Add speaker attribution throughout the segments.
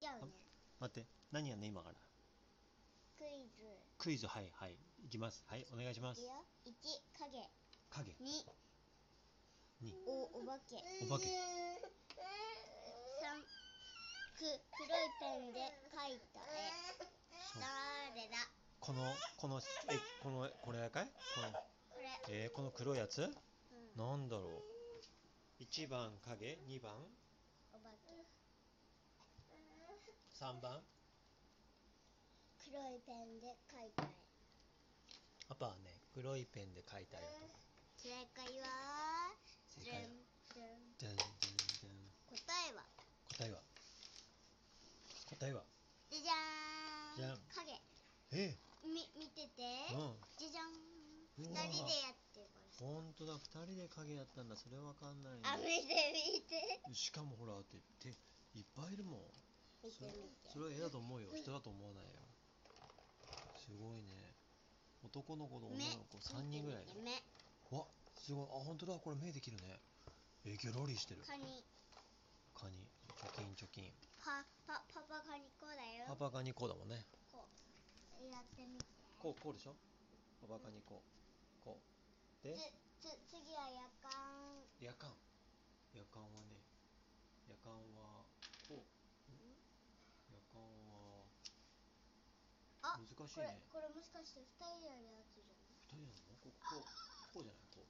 Speaker 1: 待って、何やんね、今から。
Speaker 2: クイズ。
Speaker 1: クイズ、はい、はい。いきます。はい、お願いします。い
Speaker 2: くよ。1、影。
Speaker 1: 影。
Speaker 2: 2、
Speaker 1: 2
Speaker 2: お、お化け。
Speaker 1: お化け。3、
Speaker 2: く、黒いペンで描いた絵。誰だ
Speaker 1: この、この、え、この、これかいこの、こえー、この黒いやつ、うん、なんだろう。1番影、2番
Speaker 2: お化け。
Speaker 1: 3番
Speaker 2: 黒いペンで書いた絵
Speaker 1: パパはね黒いペンで書いた絵だと思
Speaker 2: う正解は
Speaker 1: 正解は答
Speaker 2: えは
Speaker 1: 答えは答えは
Speaker 2: じゃじゃん影
Speaker 1: え
Speaker 2: み見てて、うん、じゃじゃん二人でやってました
Speaker 1: 本当だ二人で影やったんだそれわかんない、ね、
Speaker 2: あ見て見て
Speaker 1: しかもほらって手いっぱいいるもん
Speaker 2: 見て見て
Speaker 1: それは絵だと思うよ人だと思わないよすごいね男の子と女の子3人ぐらいわすごいあ本当だこれ目できるねえギョロリしてる
Speaker 2: カニ
Speaker 1: カニ貯金貯金
Speaker 2: パパパパカニコだよ
Speaker 1: パパカニコだもんね
Speaker 2: こうやってみて
Speaker 1: こうこうでしょパパカニコ、うん、こうで
Speaker 2: つつ次は夜間
Speaker 1: 夜間夜間はね夜間はこう難しいね
Speaker 2: これもしかして2人やるやつじゃない
Speaker 1: 2人やるのこここうじゃないこう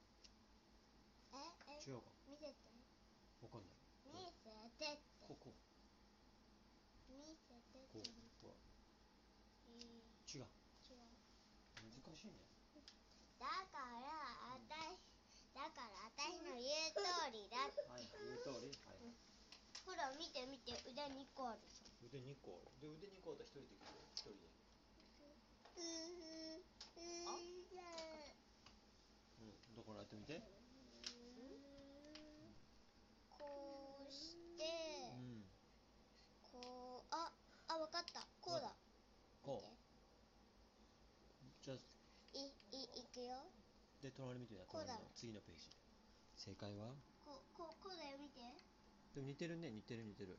Speaker 2: ええ
Speaker 1: 違うか
Speaker 2: 見てて
Speaker 1: わかんない
Speaker 2: 見せてって
Speaker 1: ここ
Speaker 2: 見せてって
Speaker 1: こうこう、えー、違う違う難しいね
Speaker 2: だからあたしだからあたしの言う通りだって
Speaker 1: はい言う通りはい、うん、
Speaker 2: ほら見て見て腕2個あるじゃん
Speaker 1: 腕2個で腕2個あったら1人で1人で
Speaker 2: うん、
Speaker 1: どこらやってみて。
Speaker 2: こうして、うん、こう、あ、あ、わかった、こうだ。
Speaker 1: こう。じゃあ、
Speaker 2: い、い、いくよ。
Speaker 1: で、隣見てやって次のページ。正解は
Speaker 2: こう、こう、こうだよ、見て。
Speaker 1: でも似てるね、似てる似てる。